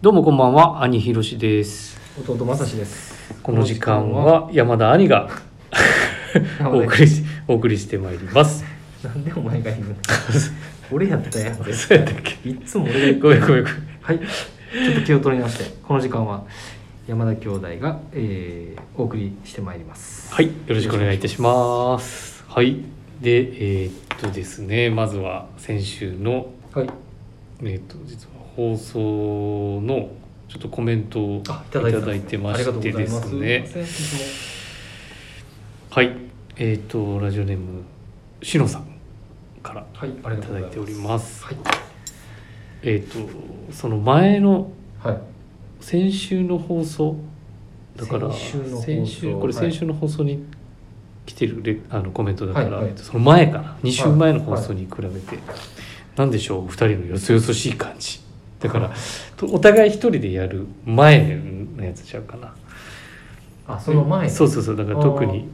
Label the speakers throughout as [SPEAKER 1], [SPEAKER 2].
[SPEAKER 1] どうもこんばんは兄ひろしです
[SPEAKER 2] 弟まさしです
[SPEAKER 1] この時間は山田兄がお送りしお送りしてまいります
[SPEAKER 2] なんでお前が言うの俺やったやん 絶
[SPEAKER 1] そうやったっけ
[SPEAKER 2] 対いっつも俺が言う
[SPEAKER 1] ごめんごめんごめん
[SPEAKER 2] はいちょっと気を取り直してこの時間は山田兄弟が、えーお送りしてまいります
[SPEAKER 1] はいよろしくお願いいたしますはいでえーっとですねまずは先週の
[SPEAKER 2] はい
[SPEAKER 1] えーっと実は放送のちょっとコメントをい
[SPEAKER 2] あい
[SPEAKER 1] た
[SPEAKER 2] ただいて
[SPEAKER 1] だいてましてですね
[SPEAKER 2] ありがとうございますすいま
[SPEAKER 1] はいえーっとラジオネームしのさんから
[SPEAKER 2] せんいつもはいあり
[SPEAKER 1] い
[SPEAKER 2] がと
[SPEAKER 1] た
[SPEAKER 2] うござ
[SPEAKER 1] だいて
[SPEAKER 2] います
[SPEAKER 1] おります
[SPEAKER 2] はい
[SPEAKER 1] えーっとその前の
[SPEAKER 2] はい
[SPEAKER 1] 先週の放送だから
[SPEAKER 2] 先週の放送
[SPEAKER 1] 先週これ先週の放送に来てるレ、あのコメントだから、
[SPEAKER 2] はいはい
[SPEAKER 1] その前かな2週前の放送に比べて、なんでしょうお二人のよそよそしい感じだからとお互い一人でやる前のやつちゃうかな
[SPEAKER 2] あその前
[SPEAKER 1] そうそうそうだから特に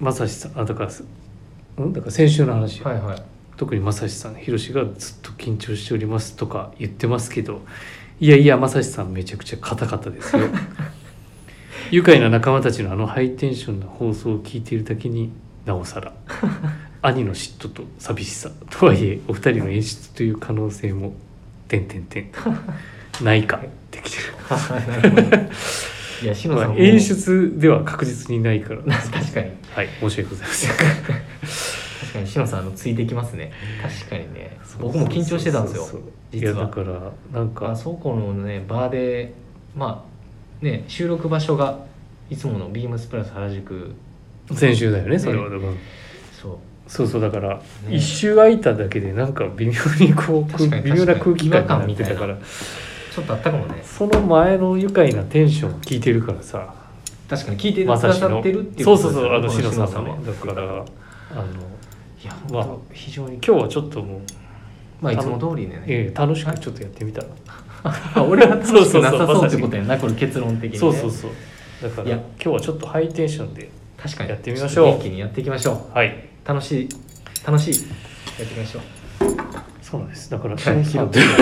[SPEAKER 1] まさしさんあだからすうんだから先週の話、
[SPEAKER 2] はいはい
[SPEAKER 1] 特にまさしさんひろしがずっと緊張しておりますとか言ってますけどいやいやまさしさんめちゃくちゃ硬かったです よ愉快な仲間たちのあのハイテンションな放送を聞いているだけになおさ ら兄の嫉妬と寂しさとはいえお二人の演出という可能性も「てんてんてん」ないかできてる
[SPEAKER 2] なるほどいや篠
[SPEAKER 1] ま
[SPEAKER 2] さん
[SPEAKER 1] あ
[SPEAKER 2] も
[SPEAKER 1] 演出では確実にないから
[SPEAKER 2] 確かに
[SPEAKER 1] はい申し訳ございません
[SPEAKER 2] 確かに篠さんあのついてきますね確かにね
[SPEAKER 1] そう
[SPEAKER 2] 僕も緊張してたんですよ
[SPEAKER 1] そうそうそうい
[SPEAKER 2] 実
[SPEAKER 1] や
[SPEAKER 2] は
[SPEAKER 1] だからなんか
[SPEAKER 2] あそこのねバーでまあね収録場所がいつものビームスプラス原宿
[SPEAKER 1] 先週だよねそれは、
[SPEAKER 2] ね
[SPEAKER 1] でも
[SPEAKER 2] そう
[SPEAKER 1] そうそうだから
[SPEAKER 2] ね
[SPEAKER 1] 一周空いただけでなんか微妙にこう
[SPEAKER 2] 確かに
[SPEAKER 1] 微妙な空気感
[SPEAKER 2] 確か
[SPEAKER 1] にな
[SPEAKER 2] に
[SPEAKER 1] ってたから
[SPEAKER 2] ちょっとあったかもね
[SPEAKER 1] その前の愉快なテンションを聞いてるからさ
[SPEAKER 2] 確かに聞いてく
[SPEAKER 1] ま
[SPEAKER 2] だ
[SPEAKER 1] さし
[SPEAKER 2] さ
[SPEAKER 1] の
[SPEAKER 2] ってるっていう
[SPEAKER 1] そ
[SPEAKER 2] こ
[SPEAKER 1] うそ
[SPEAKER 2] と
[SPEAKER 1] う
[SPEAKER 2] で
[SPEAKER 1] そ
[SPEAKER 2] す
[SPEAKER 1] うあ
[SPEAKER 2] よね
[SPEAKER 1] の
[SPEAKER 2] こ
[SPEAKER 1] しのさん
[SPEAKER 2] 篠
[SPEAKER 1] は
[SPEAKER 2] ね
[SPEAKER 1] だからあの
[SPEAKER 2] いや
[SPEAKER 1] まあ
[SPEAKER 2] 本当非常に
[SPEAKER 1] 今日はちょっともう、
[SPEAKER 2] まあいつも通りでね
[SPEAKER 1] ええ楽しくちょっとやってみたら、
[SPEAKER 2] あ俺は楽しくなさ
[SPEAKER 1] そうそうそう
[SPEAKER 2] そうってことやなこれ結論的にね
[SPEAKER 1] そうそうそうだから
[SPEAKER 2] いや
[SPEAKER 1] 今日はちょっとハイテンションで
[SPEAKER 2] 確かに
[SPEAKER 1] やってみましょう
[SPEAKER 2] ちっと元気にやっていきましょう
[SPEAKER 1] はい
[SPEAKER 2] 楽しい楽しいやっていきましょう
[SPEAKER 1] そうなんですだからし
[SPEAKER 2] は
[SPEAKER 1] の
[SPEAKER 2] い
[SPEAKER 1] さん、
[SPEAKER 2] いろいろね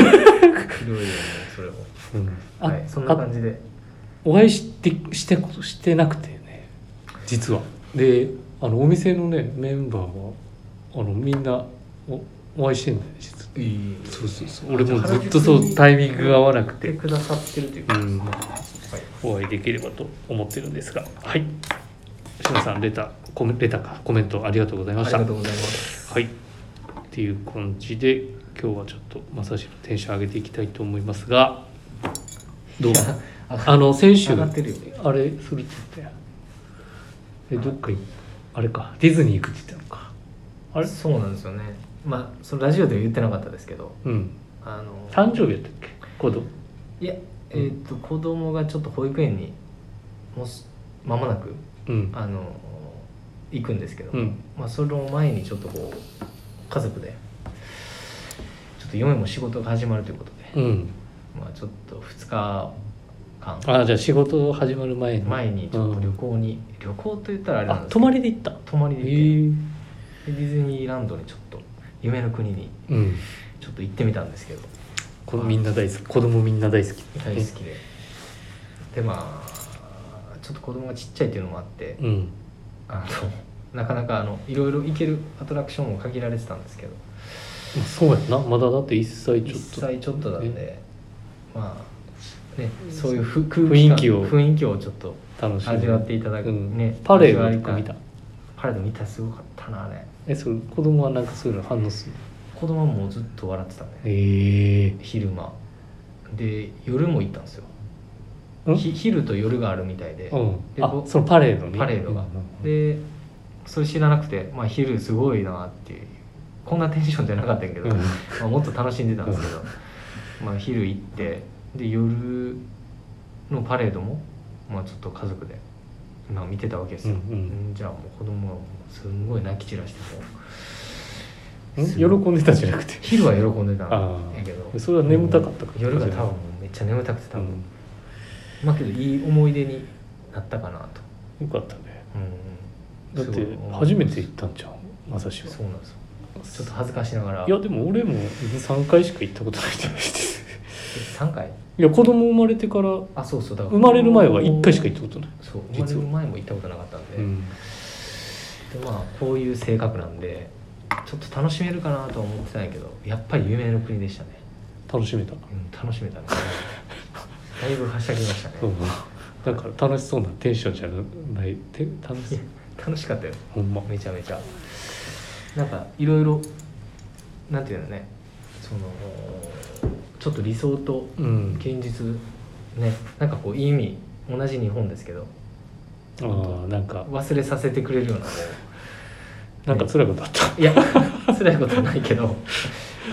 [SPEAKER 2] それを
[SPEAKER 1] うんあ
[SPEAKER 2] はいそんな感じで
[SPEAKER 1] お会いしてしてことしてなくてね実はであのお店のねメンバーはあのみんなおお会いしてんだよ実はそうそうそう俺もずっとそうタイミングが合わなく
[SPEAKER 2] 来て
[SPEAKER 1] て
[SPEAKER 2] くださってるという
[SPEAKER 1] う
[SPEAKER 2] か、
[SPEAKER 1] ん
[SPEAKER 2] はい
[SPEAKER 1] お会いできればと思ってるんですがはい志野さんレターコメレターかコメントありがとうございました
[SPEAKER 2] ありがとうございます。
[SPEAKER 1] はいっていう感じで今日はちょっとまさしのテンション上げていきたいと思いますがどうあの先週
[SPEAKER 2] 上がってるよね。
[SPEAKER 1] あれするって言ったやんえどっか行あれかディズニー行くって言ったのかあ
[SPEAKER 2] あ
[SPEAKER 1] れ
[SPEAKER 2] れそうなんですよね。まあそのラジオでは言ってなかったですけど、
[SPEAKER 1] うん
[SPEAKER 2] あの
[SPEAKER 1] 誕生日やったっけ子供
[SPEAKER 2] いやえっ、と子供がちょっと保育園にもし間もなく
[SPEAKER 1] うん
[SPEAKER 2] あの行くんですけど、
[SPEAKER 1] うん
[SPEAKER 2] まあそれを前にちょっとこう家族でちょっと嫁も仕事が始まるということで、
[SPEAKER 1] うん
[SPEAKER 2] まあちょっと2日間
[SPEAKER 1] あじゃあ仕事始まる前に
[SPEAKER 2] 前にちょっと旅行に、旅行と言ったらあれなん
[SPEAKER 1] あ
[SPEAKER 2] です
[SPEAKER 1] 泊
[SPEAKER 2] けど
[SPEAKER 1] まりで行ったへ
[SPEAKER 2] 泊まり
[SPEAKER 1] え
[SPEAKER 2] で行って。でディズニーランドにちょっと夢の国に
[SPEAKER 1] うん
[SPEAKER 2] ちょっと行ってみたんですけど
[SPEAKER 1] このみんな大好き子供みんな大好き
[SPEAKER 2] 大好きででまあちょっと子供がちっちゃいっていうのもあって
[SPEAKER 1] うん
[SPEAKER 2] あのなかなかあのいろいろ行けるアトラクションも限られてたんですけど
[SPEAKER 1] まあそうやんなまだだって一歳ちょ
[SPEAKER 2] 1
[SPEAKER 1] っと
[SPEAKER 2] 歳ちょっとなんでまあねそういうふ空
[SPEAKER 1] 雰囲気を
[SPEAKER 2] 雰囲気をちょっと
[SPEAKER 1] 楽しみ
[SPEAKER 2] 味わっていただく、
[SPEAKER 1] うん
[SPEAKER 2] ね
[SPEAKER 1] パレ
[SPEAKER 2] 味わ
[SPEAKER 1] ー
[SPEAKER 2] い
[SPEAKER 1] ドと
[SPEAKER 2] た
[SPEAKER 1] か
[SPEAKER 2] い
[SPEAKER 1] 見た
[SPEAKER 2] パレード見たすごかったなあれ
[SPEAKER 1] えそれ子供はなんかそういうの反応するの
[SPEAKER 2] 子供はもうずっと笑ってたね
[SPEAKER 1] へえ
[SPEAKER 2] 昼間で夜も行ったんですよ
[SPEAKER 1] うん
[SPEAKER 2] ひ昼と夜があるみたいで、
[SPEAKER 1] うん
[SPEAKER 2] で
[SPEAKER 1] あ
[SPEAKER 2] ぼ
[SPEAKER 1] そのパレードに
[SPEAKER 2] パレードが
[SPEAKER 1] うんうんうん
[SPEAKER 2] でそれ知らなくて、まあ、昼すごいなっていうこんなテンションじゃなかったんやけど、
[SPEAKER 1] うん
[SPEAKER 2] まあ、もっと楽しんでたんですけど、まあ、昼行ってで夜のパレードも、まあ、ちょっと家族で、まあ、見てたわけですよ、
[SPEAKER 1] うんうん
[SPEAKER 2] んじゃあもう子供はもうすんごい泣き散らしても
[SPEAKER 1] ん喜んでたんじゃなくて
[SPEAKER 2] 昼は喜んでた
[SPEAKER 1] あ
[SPEAKER 2] んやけど
[SPEAKER 1] あそれは眠たかったから
[SPEAKER 2] 夜が多分もうめっちゃ眠たくて
[SPEAKER 1] う
[SPEAKER 2] 多分、
[SPEAKER 1] ん
[SPEAKER 2] まあけどいい思い出になったかなと、
[SPEAKER 1] よかったね
[SPEAKER 2] う
[SPEAKER 1] だ
[SPEAKER 2] ん、
[SPEAKER 1] っ
[SPEAKER 2] す
[SPEAKER 1] て
[SPEAKER 2] ごい思う
[SPEAKER 1] 初めて行ったんじゃんまさしは
[SPEAKER 2] そうなんですよちょっと恥ずかしながら
[SPEAKER 1] いやでも俺も3回しか行ったことないと思うし
[SPEAKER 2] 3回
[SPEAKER 1] いや子供生まれてから
[SPEAKER 2] あそうそうだから
[SPEAKER 1] 生まれる前は1回しか行ったことない、
[SPEAKER 2] そう生まれ
[SPEAKER 1] 実
[SPEAKER 2] る
[SPEAKER 1] は
[SPEAKER 2] 前も行ったことなかったんで,、
[SPEAKER 1] うん、
[SPEAKER 2] でまあこういう性格なんでちょっと楽しめるかなとは思ってたんやけどやっぱり夢の国でしたね、
[SPEAKER 1] 楽しめた、
[SPEAKER 2] うん、楽し めたねだいぶはしゃぎましたね、
[SPEAKER 1] うん、だから楽しそうなテンションじゃないて楽し
[SPEAKER 2] い
[SPEAKER 1] そう
[SPEAKER 2] や楽しかったよ
[SPEAKER 1] ほんま
[SPEAKER 2] めちゃめちゃなんかいろいろなんていうのねそのちょっと理想と
[SPEAKER 1] うん
[SPEAKER 2] 現実ねなんかこういい意味同じ日本ですけど
[SPEAKER 1] ああなんか
[SPEAKER 2] 忘れさせてくれるようなこ
[SPEAKER 1] なんか辛いことあった、
[SPEAKER 2] ういや 辛いことはないけど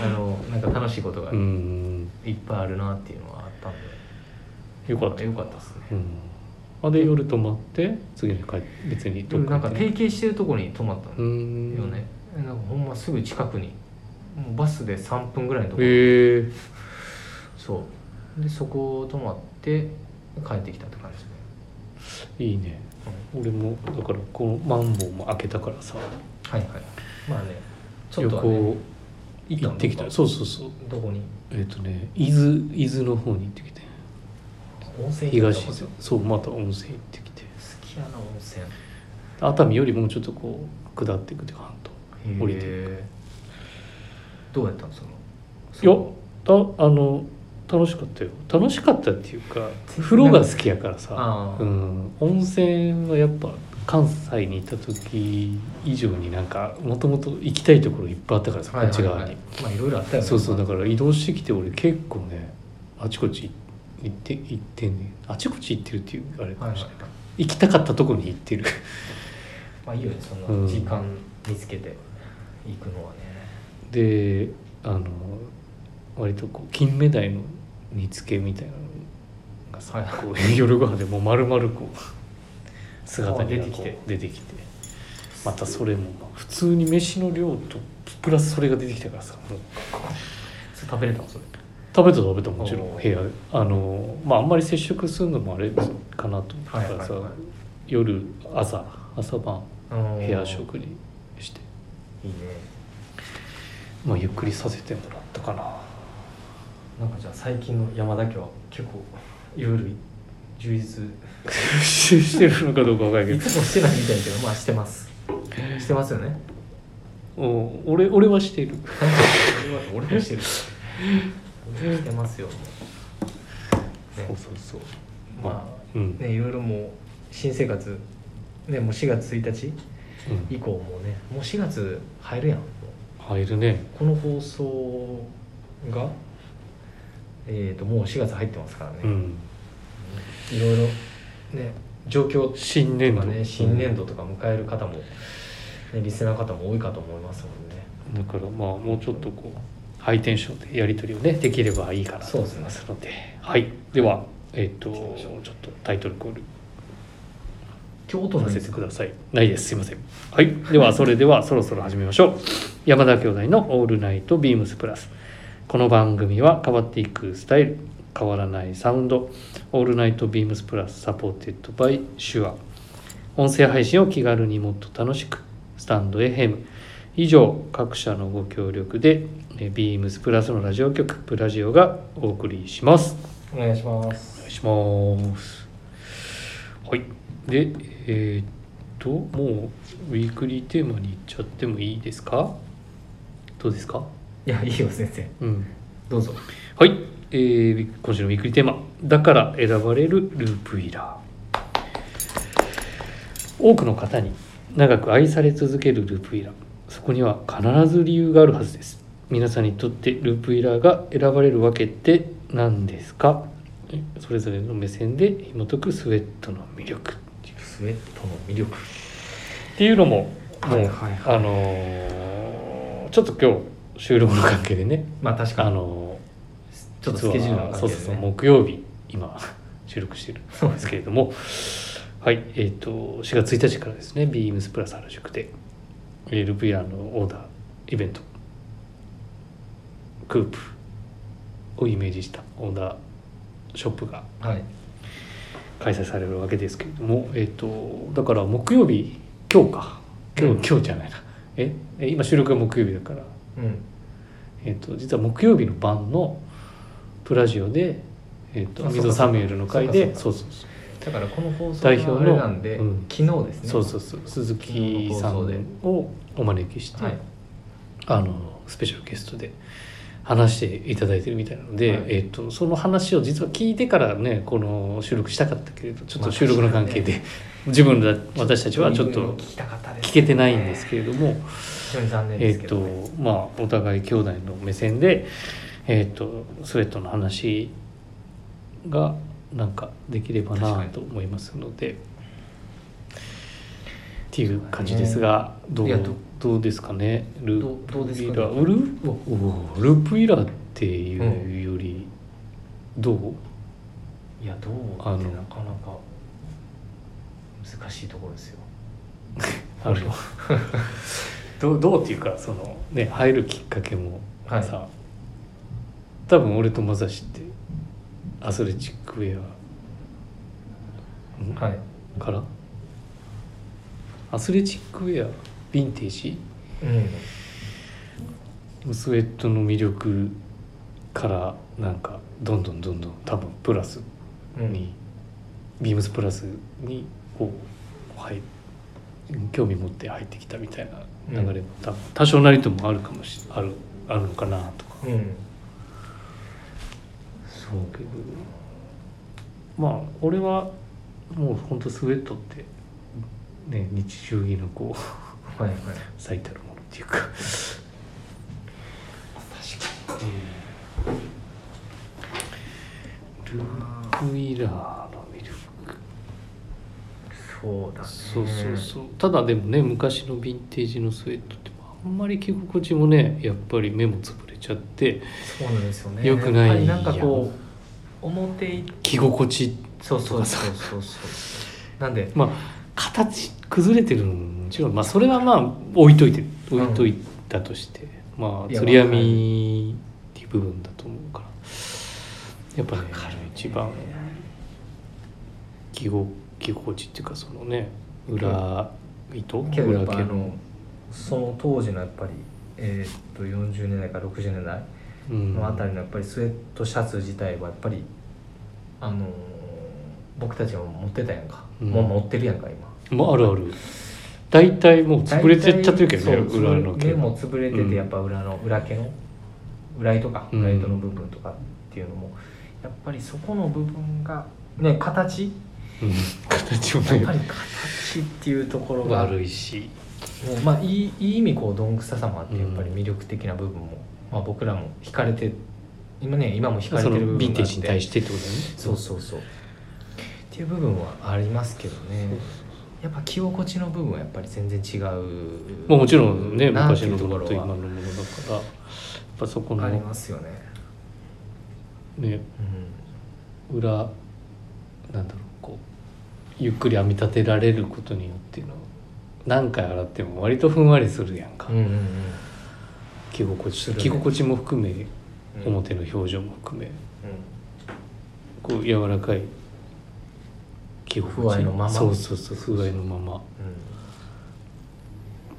[SPEAKER 2] あのなんか楽しいことが
[SPEAKER 1] うん
[SPEAKER 2] いっぱいあるなっていうのはあったんで、
[SPEAKER 1] よかった
[SPEAKER 2] よかったですね
[SPEAKER 1] うんあで夜泊まって次の日帰っ別に
[SPEAKER 2] で
[SPEAKER 1] どっ
[SPEAKER 2] もなん
[SPEAKER 1] か
[SPEAKER 2] か
[SPEAKER 1] 行って
[SPEAKER 2] 提携してるところに泊まったん
[SPEAKER 1] う
[SPEAKER 2] で
[SPEAKER 1] ん
[SPEAKER 2] よね、なんかほんますぐ近くにもうバスで3分ぐらいのところ
[SPEAKER 1] へえ
[SPEAKER 2] そうでそこを泊まって帰ってきたって感じですね、
[SPEAKER 1] いいね俺もだからこのマンボウも開けたからさ、
[SPEAKER 2] はいはいまあねち
[SPEAKER 1] 旅
[SPEAKER 2] ょっとはね
[SPEAKER 1] 行
[SPEAKER 2] 行
[SPEAKER 1] 行ってきた
[SPEAKER 2] ど
[SPEAKER 1] そうそうそう
[SPEAKER 2] こに
[SPEAKER 1] えっ、とね伊豆伊豆の方に行ってきて
[SPEAKER 2] 温泉行った
[SPEAKER 1] 東
[SPEAKER 2] こ
[SPEAKER 1] 伊
[SPEAKER 2] と
[SPEAKER 1] 豆そうまた温泉行ってきて
[SPEAKER 2] 好きやな温泉
[SPEAKER 1] 熱海よりもちょっとこう下っていくっていうか半島降りていく
[SPEAKER 2] へーどうやったんその
[SPEAKER 1] いやたあの楽しかったよ楽しかったっていうか風呂が好きやからさ、
[SPEAKER 2] ああ、
[SPEAKER 1] う
[SPEAKER 2] うん
[SPEAKER 1] ん、温泉はやっぱ関西にいた時以上になんかもともと行きたいところいっぱいあったからさこっち側に
[SPEAKER 2] まあいろいろあったよね
[SPEAKER 1] そうそうだから移動してきて俺結構ねあちこち行って行ってんねんあちこち行ってるっていうあれかも
[SPEAKER 2] はいはい
[SPEAKER 1] しれない、行きたかったとこに行ってる
[SPEAKER 2] まあいいよねそ
[SPEAKER 1] うん
[SPEAKER 2] の時間見つけて行くのはね、
[SPEAKER 1] であの割とこう金目鯛の煮付けみたいなのがさ、
[SPEAKER 2] はい
[SPEAKER 1] こう 夜ご飯でもう丸々こう 姿に
[SPEAKER 2] あ出てきて
[SPEAKER 1] 出てきてまたそれもまあ普通に飯の量とプラスそれが出てきたからさもう
[SPEAKER 2] それ食べれたのそれ
[SPEAKER 1] 食べた食べたもちろん
[SPEAKER 2] おー
[SPEAKER 1] 部屋であのまああんまり接触するのもあれかなと思うか
[SPEAKER 2] はいは
[SPEAKER 1] ら
[SPEAKER 2] いはい
[SPEAKER 1] さ、夜朝朝晩
[SPEAKER 2] うん
[SPEAKER 1] 部屋食にして、
[SPEAKER 2] いいね
[SPEAKER 1] まあ、ゆっくりさせてもらったかな
[SPEAKER 2] なんかじゃあ最近の山田家は結構いろいろ充実
[SPEAKER 1] してるのかどうかわからない
[SPEAKER 2] い
[SPEAKER 1] け
[SPEAKER 2] つもしてないみたいだけどまあしてますしてますよ ね
[SPEAKER 1] どうん俺俺はしている
[SPEAKER 2] 俺もしてる俺もしてますよ、ね、
[SPEAKER 1] そうそう
[SPEAKER 2] ま
[SPEAKER 1] う
[SPEAKER 2] あ
[SPEAKER 1] ん、
[SPEAKER 2] ねいろいろもう新生活ねもう4月1日
[SPEAKER 1] うん
[SPEAKER 2] 以降もうねもう4月入るやん
[SPEAKER 1] 入るね
[SPEAKER 2] この放送がえっ、ともう4月入ってますからね、
[SPEAKER 1] うん
[SPEAKER 2] いろいろね状況
[SPEAKER 1] 新年
[SPEAKER 2] ま
[SPEAKER 1] 度
[SPEAKER 2] あね、新年度とか迎える方も、ね、リスナーの方も多いかと思いますもんね
[SPEAKER 1] だからまあもうちょっとこうハイテンションでやり取りをねできればいいかなと
[SPEAKER 2] そう
[SPEAKER 1] 思
[SPEAKER 2] で
[SPEAKER 1] い
[SPEAKER 2] すね
[SPEAKER 1] ますのではいではえっ、と
[SPEAKER 2] 行きましょう
[SPEAKER 1] ちょっとタイトルコール
[SPEAKER 2] 京都
[SPEAKER 1] させてくださいないですすいませんはいではそれではそろそろ始めましょう山田兄弟の「オールナイトビームスプラス」この番組は変わっていくスタイル変わらないサウンド「オールナイトビームスプラス」サポーテッドバイシュア音声配信を気軽にもっと楽しくスタンドへヘム以上各社のご協力でえビームスプラスのラジオ局プラジオがお送りします
[SPEAKER 2] お願いしま
[SPEAKER 1] お
[SPEAKER 2] す
[SPEAKER 1] 願いします。はい。で、えーっと、もうウィークリーテーマに行っちゃってもいいですかどうですか
[SPEAKER 2] いやいいよ先生
[SPEAKER 1] うん。
[SPEAKER 2] どうぞ
[SPEAKER 1] はい。えー今週のウィークリーテーマ。だから選ばれるループイラー。多くの方に長く愛され続けるループイラー。そこには必ず理由があるはずです。皆さんにとってループイラーが選ばれるわけって何ですかそれぞれの目線で紐解くスウェットの魅力。っ
[SPEAKER 2] スウェットの魅力
[SPEAKER 1] ていうのも、もう、
[SPEAKER 2] はいはいはい
[SPEAKER 1] あのーちょっと今日収録の関係でね、
[SPEAKER 2] まあ確か
[SPEAKER 1] あ
[SPEAKER 2] に
[SPEAKER 1] のー
[SPEAKER 2] ちょっとスケジュールの関係
[SPEAKER 1] そう
[SPEAKER 2] で
[SPEAKER 1] そうそう
[SPEAKER 2] ね
[SPEAKER 1] 木曜日今 収録してるんですけれどもはいえっ、と4月1日からですねビームスプラス原宿でえールピアのオーダーイベントクープをイメージしたオーダーショップが
[SPEAKER 2] はい
[SPEAKER 1] 開催されるわけですけれどもえっ、とだから木曜日今日か今日、
[SPEAKER 2] うん
[SPEAKER 1] 今日じゃないなええ今収録が木曜日だから
[SPEAKER 2] うん
[SPEAKER 1] えっと実は木曜日の晩のプラジオで、えっ
[SPEAKER 2] あ
[SPEAKER 1] と
[SPEAKER 2] そうか
[SPEAKER 1] 水野サミュエルの会でそ
[SPEAKER 2] そう
[SPEAKER 1] そうそう
[SPEAKER 2] だからこの放送
[SPEAKER 1] 代表の
[SPEAKER 2] があれなんで、
[SPEAKER 1] うん
[SPEAKER 2] 昨日ですね
[SPEAKER 1] そうそうそう鈴木さんをお招きして、
[SPEAKER 2] はい
[SPEAKER 1] あのスペシャルゲストで話していただいてるみたいなので、
[SPEAKER 2] はい
[SPEAKER 1] えっとその話を実は聞いてからねこの収録したかったけれどちょっ
[SPEAKER 2] ま
[SPEAKER 1] と
[SPEAKER 2] あ
[SPEAKER 1] 収録の関係で、自分ら私たちはちょっ
[SPEAKER 2] 聞
[SPEAKER 1] と
[SPEAKER 2] きたかったです
[SPEAKER 1] 聞けてないんですけれども、
[SPEAKER 2] 非常に残念
[SPEAKER 1] え
[SPEAKER 2] です
[SPEAKER 1] っ
[SPEAKER 2] け
[SPEAKER 1] と
[SPEAKER 2] ど、ね
[SPEAKER 1] まあお互い兄弟の目線で、えっとスウェットの話がなんかできれば
[SPEAKER 2] 確か
[SPEAKER 1] な
[SPEAKER 2] に
[SPEAKER 1] と思いますのでっていう感じですが、ど
[SPEAKER 2] いや
[SPEAKER 1] う
[SPEAKER 2] ど
[SPEAKER 1] どうですかねル
[SPEAKER 2] どうどう
[SPEAKER 1] ー
[SPEAKER 2] で
[SPEAKER 1] プ
[SPEAKER 2] す
[SPEAKER 1] イ
[SPEAKER 2] かね
[SPEAKER 1] ラールーおーループイラーっていうより、どう
[SPEAKER 2] いやどう
[SPEAKER 1] あの
[SPEAKER 2] ってなかなか難しいところですよ
[SPEAKER 1] あの どうどうっていうかそのね入るきっかけも
[SPEAKER 2] はい
[SPEAKER 1] さ、多分俺とマサシってアスレチックウェア
[SPEAKER 2] はい
[SPEAKER 1] からアスレチックウェアヴィンテージ
[SPEAKER 2] うん
[SPEAKER 1] スウェットの魅力からなんかどんどんどんどん多分プラス
[SPEAKER 2] うん
[SPEAKER 1] に、ビームスプラスにこう入興味持って入ってきたみたいな流れも多分多少なりともあるかもしあるあるのかなとか
[SPEAKER 2] うん
[SPEAKER 1] そうけどまあ俺はもうほんとスウェットってね日常着のこう
[SPEAKER 2] はいはい
[SPEAKER 1] 最たるものっていうか確かに、ルーク・イラーの魅力
[SPEAKER 2] そうだね
[SPEAKER 1] そうそうそうただでもね昔のヴィンテージのスウェットってあんまり着心地もねやっぱり目もつぶれちゃって
[SPEAKER 2] そうなんですよね
[SPEAKER 1] 良くない
[SPEAKER 2] やっぱりなんかこう表い
[SPEAKER 1] 着心地
[SPEAKER 2] そうそうそうそうそうなんで
[SPEAKER 1] まあ形崩れてるのももちろんまあそれはまあ置いといて
[SPEAKER 2] うん
[SPEAKER 1] 置いといたとして、ま
[SPEAKER 2] い
[SPEAKER 1] あ
[SPEAKER 2] や
[SPEAKER 1] 釣り網っていう部分だと思うからやっぱね一番着ご着心地っていうかそのね裏糸
[SPEAKER 2] けどやっ
[SPEAKER 1] 裏
[SPEAKER 2] ぱ
[SPEAKER 1] 毛
[SPEAKER 2] あ
[SPEAKER 1] の
[SPEAKER 2] の、その当時のやっぱりえーっと40年代から60年代
[SPEAKER 1] うん
[SPEAKER 2] のあたりのやっぱりスウェットシャツ自体はやっぱりあのー僕たちも持ってたやんか、
[SPEAKER 1] うん
[SPEAKER 2] もう持ってるやんか今
[SPEAKER 1] まあ、あるある大体もう潰れてっちゃってるけどね
[SPEAKER 2] 大体
[SPEAKER 1] 裏の
[SPEAKER 2] そう
[SPEAKER 1] 毛
[SPEAKER 2] でも潰れて
[SPEAKER 1] うん
[SPEAKER 2] てやっぱ裏の裏毛の裏糸か
[SPEAKER 1] うん
[SPEAKER 2] 裏糸の部分とかっていうのもやっぱりそこの部分がね形
[SPEAKER 1] うん形も
[SPEAKER 2] やっぱ
[SPEAKER 1] ね
[SPEAKER 2] り形っていうとこ ろが
[SPEAKER 1] 悪いし
[SPEAKER 2] もうまあいいいい意味こうどんくささもあって
[SPEAKER 1] うん
[SPEAKER 2] やっぱり魅力的な部分も、まあ、僕らも惹かれて今ね今も惹かれ
[SPEAKER 1] そ
[SPEAKER 2] て
[SPEAKER 1] の
[SPEAKER 2] る
[SPEAKER 1] ヴ
[SPEAKER 2] 部
[SPEAKER 1] ィン
[SPEAKER 2] 分が
[SPEAKER 1] テー
[SPEAKER 2] あって
[SPEAKER 1] ジに対してってことだよね
[SPEAKER 2] そうそうそうっていう部分はありますけどねやっぱ着心地の部分はやっぱり全然違う
[SPEAKER 1] まあ、もちろんね
[SPEAKER 2] なっ
[SPEAKER 1] 昔
[SPEAKER 2] てい
[SPEAKER 1] の
[SPEAKER 2] うと
[SPEAKER 1] も
[SPEAKER 2] こ
[SPEAKER 1] の
[SPEAKER 2] ろ
[SPEAKER 1] と今の
[SPEAKER 2] は
[SPEAKER 1] ものだからやっぱそこの
[SPEAKER 2] あり
[SPEAKER 1] ね
[SPEAKER 2] ますよね、
[SPEAKER 1] 裏なんだろうこうゆっくり編み立てられることによっての何回洗っても割とふんわりするやんか、
[SPEAKER 2] うん、うんうんうん
[SPEAKER 1] 着心地
[SPEAKER 2] するね
[SPEAKER 1] 着心地も含め
[SPEAKER 2] うん
[SPEAKER 1] 表の表情も含め、こう柔らかい着心地
[SPEAKER 2] 風合いのまま
[SPEAKER 1] そうそうそう風合いのまま
[SPEAKER 2] うん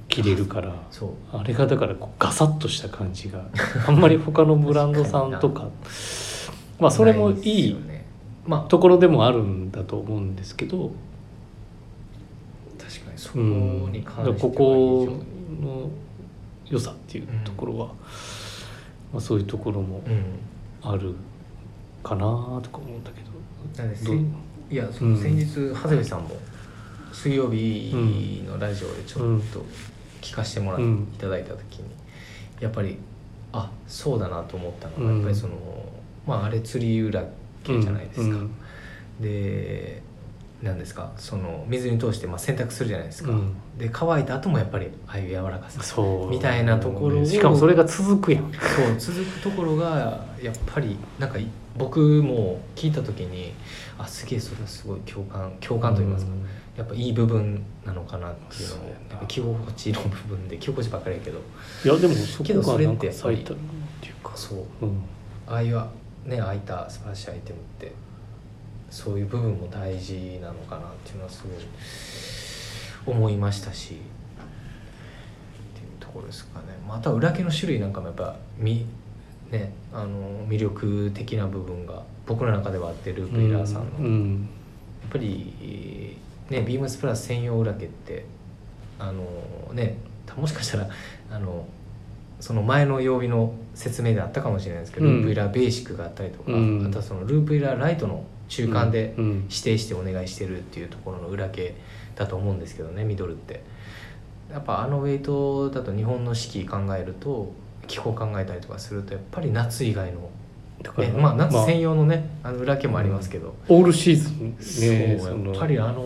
[SPEAKER 1] 着れるから
[SPEAKER 2] そう
[SPEAKER 1] あれがだからこうガサッとした感じがあんまり他のブランドさんとかまあそれも
[SPEAKER 2] ない
[SPEAKER 1] い
[SPEAKER 2] ですよねまあ
[SPEAKER 1] ところでもあるんだと思うんですけど、
[SPEAKER 2] 確かにそこ
[SPEAKER 1] うん、
[SPEAKER 2] に
[SPEAKER 1] だ
[SPEAKER 2] 関
[SPEAKER 1] から
[SPEAKER 2] しては
[SPEAKER 1] ここの良さっていうところは、まあ、そういうところも
[SPEAKER 2] 非常にうん
[SPEAKER 1] あるかなとか思うんだけ
[SPEAKER 2] な
[SPEAKER 1] ど
[SPEAKER 2] んで
[SPEAKER 1] ど
[SPEAKER 2] せ
[SPEAKER 1] うん
[SPEAKER 2] いやその
[SPEAKER 1] うん
[SPEAKER 2] 先日長谷部さんも水曜日のラジオでちょっと聞かせてもらっ
[SPEAKER 1] うん
[SPEAKER 2] いただいた時にやっぱりあそうだなと思ったのが
[SPEAKER 1] うん
[SPEAKER 2] やっぱりそのまああれ釣り裏系じゃないですか
[SPEAKER 1] うんうん
[SPEAKER 2] で何ですかその水に通してまあ洗濯するじゃないですか
[SPEAKER 1] うん
[SPEAKER 2] で乾いた後もやっぱりああいう柔らかさそ
[SPEAKER 1] そう
[SPEAKER 2] みたいなところを
[SPEAKER 1] しかもそれが続くやん
[SPEAKER 2] う続くところがやっぱりなんかい僕も聞いた時にあすげえそれはすごい共感共感と言いますか
[SPEAKER 1] うん
[SPEAKER 2] やっぱいい部分なのかなっていうの
[SPEAKER 1] そう
[SPEAKER 2] も
[SPEAKER 1] やな
[SPEAKER 2] やっぱ着心地の部分で着心地ばっかりやけど
[SPEAKER 1] いやでもそ
[SPEAKER 2] けど
[SPEAKER 1] こ
[SPEAKER 2] そ
[SPEAKER 1] が
[SPEAKER 2] れ
[SPEAKER 1] な
[SPEAKER 2] っ
[SPEAKER 1] ん
[SPEAKER 2] て
[SPEAKER 1] か
[SPEAKER 2] やっぱり
[SPEAKER 1] 最たるっていうか、
[SPEAKER 2] そう
[SPEAKER 1] うん、
[SPEAKER 2] ああいうねああいた素晴らしいアイテムってそういう部分も大事なのかなっていうのはすごい思いましたしっていうところですかねまた裏毛の種類なんかもやっぱみねあの魅力的な部分が僕の中ではあってループイラーさんの、
[SPEAKER 1] う
[SPEAKER 2] やっ
[SPEAKER 1] ん
[SPEAKER 2] ぱりねビームスプラス専用裏毛ってあのねたもしかしたらあのその前の曜日の説明であったかもしれないですけど、
[SPEAKER 1] うん
[SPEAKER 2] ループイラーベーシックがあったりとか、
[SPEAKER 1] うん
[SPEAKER 2] あとはそのループイラーライトの中間で
[SPEAKER 1] うん
[SPEAKER 2] 指定してお願いしてるっていうところの裏毛だと思うんですけどねミドルってやっぱあのウェイトだと日本の四季考えると気候考えたりとかするとやっぱり夏以外の、
[SPEAKER 1] だから
[SPEAKER 2] ね、まあ夏専用のね、あ、の裏毛もありますけど、
[SPEAKER 1] オールシーズンね
[SPEAKER 2] そう
[SPEAKER 1] そ
[SPEAKER 2] や
[SPEAKER 1] の
[SPEAKER 2] っぱりあの